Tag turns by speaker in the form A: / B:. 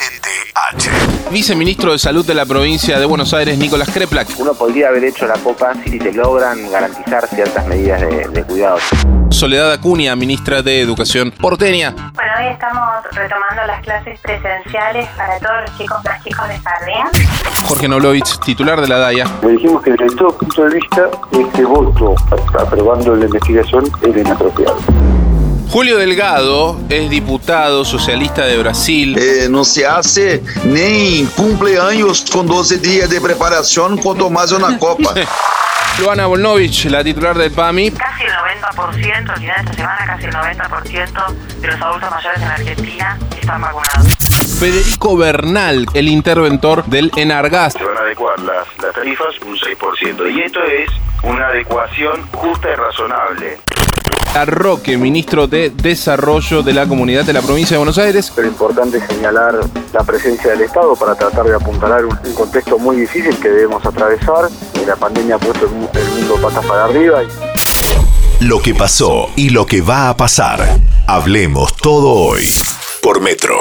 A: HTH.
B: Viceministro de Salud de la provincia de Buenos Aires, Nicolás Kreplak.
C: Uno podría haber hecho la copa si se logran garantizar ciertas medidas de, de cuidado.
B: Soledad Acuña, ministra de Educación porteña.
D: Bueno, hoy estamos retomando las clases presenciales para todos los chicos más chicos de jardín.
B: Jorge Noblovich, titular de la DAIA.
E: Le dijimos que desde todo punto de vista este voto aprobando la investigación era inapropiado.
B: Julio Delgado es diputado socialista de Brasil.
F: Eh, no se hace nem cumpleaños con 12 días de preparación, cuanto más una copa.
B: Luana Volnovich, la titular del PAMI.
G: Casi el 90%, al final de esta semana, casi el 90% de los adultos mayores en Argentina están vacunados.
B: Federico Bernal, el interventor del Enargas.
H: Se van a adecuar las, las tarifas un 6%. Y esto es una adecuación justa y razonable.
B: A Roque, ministro de Desarrollo de la Comunidad de la Provincia de Buenos Aires.
E: Pero importante señalar la presencia del Estado para tratar de apuntalar un, un contexto muy difícil que debemos atravesar. Eh, La pandemia ha puesto el mu- el mundo patas para arriba.
A: Lo que pasó y lo que va a pasar. Hablemos todo hoy. Por Metro.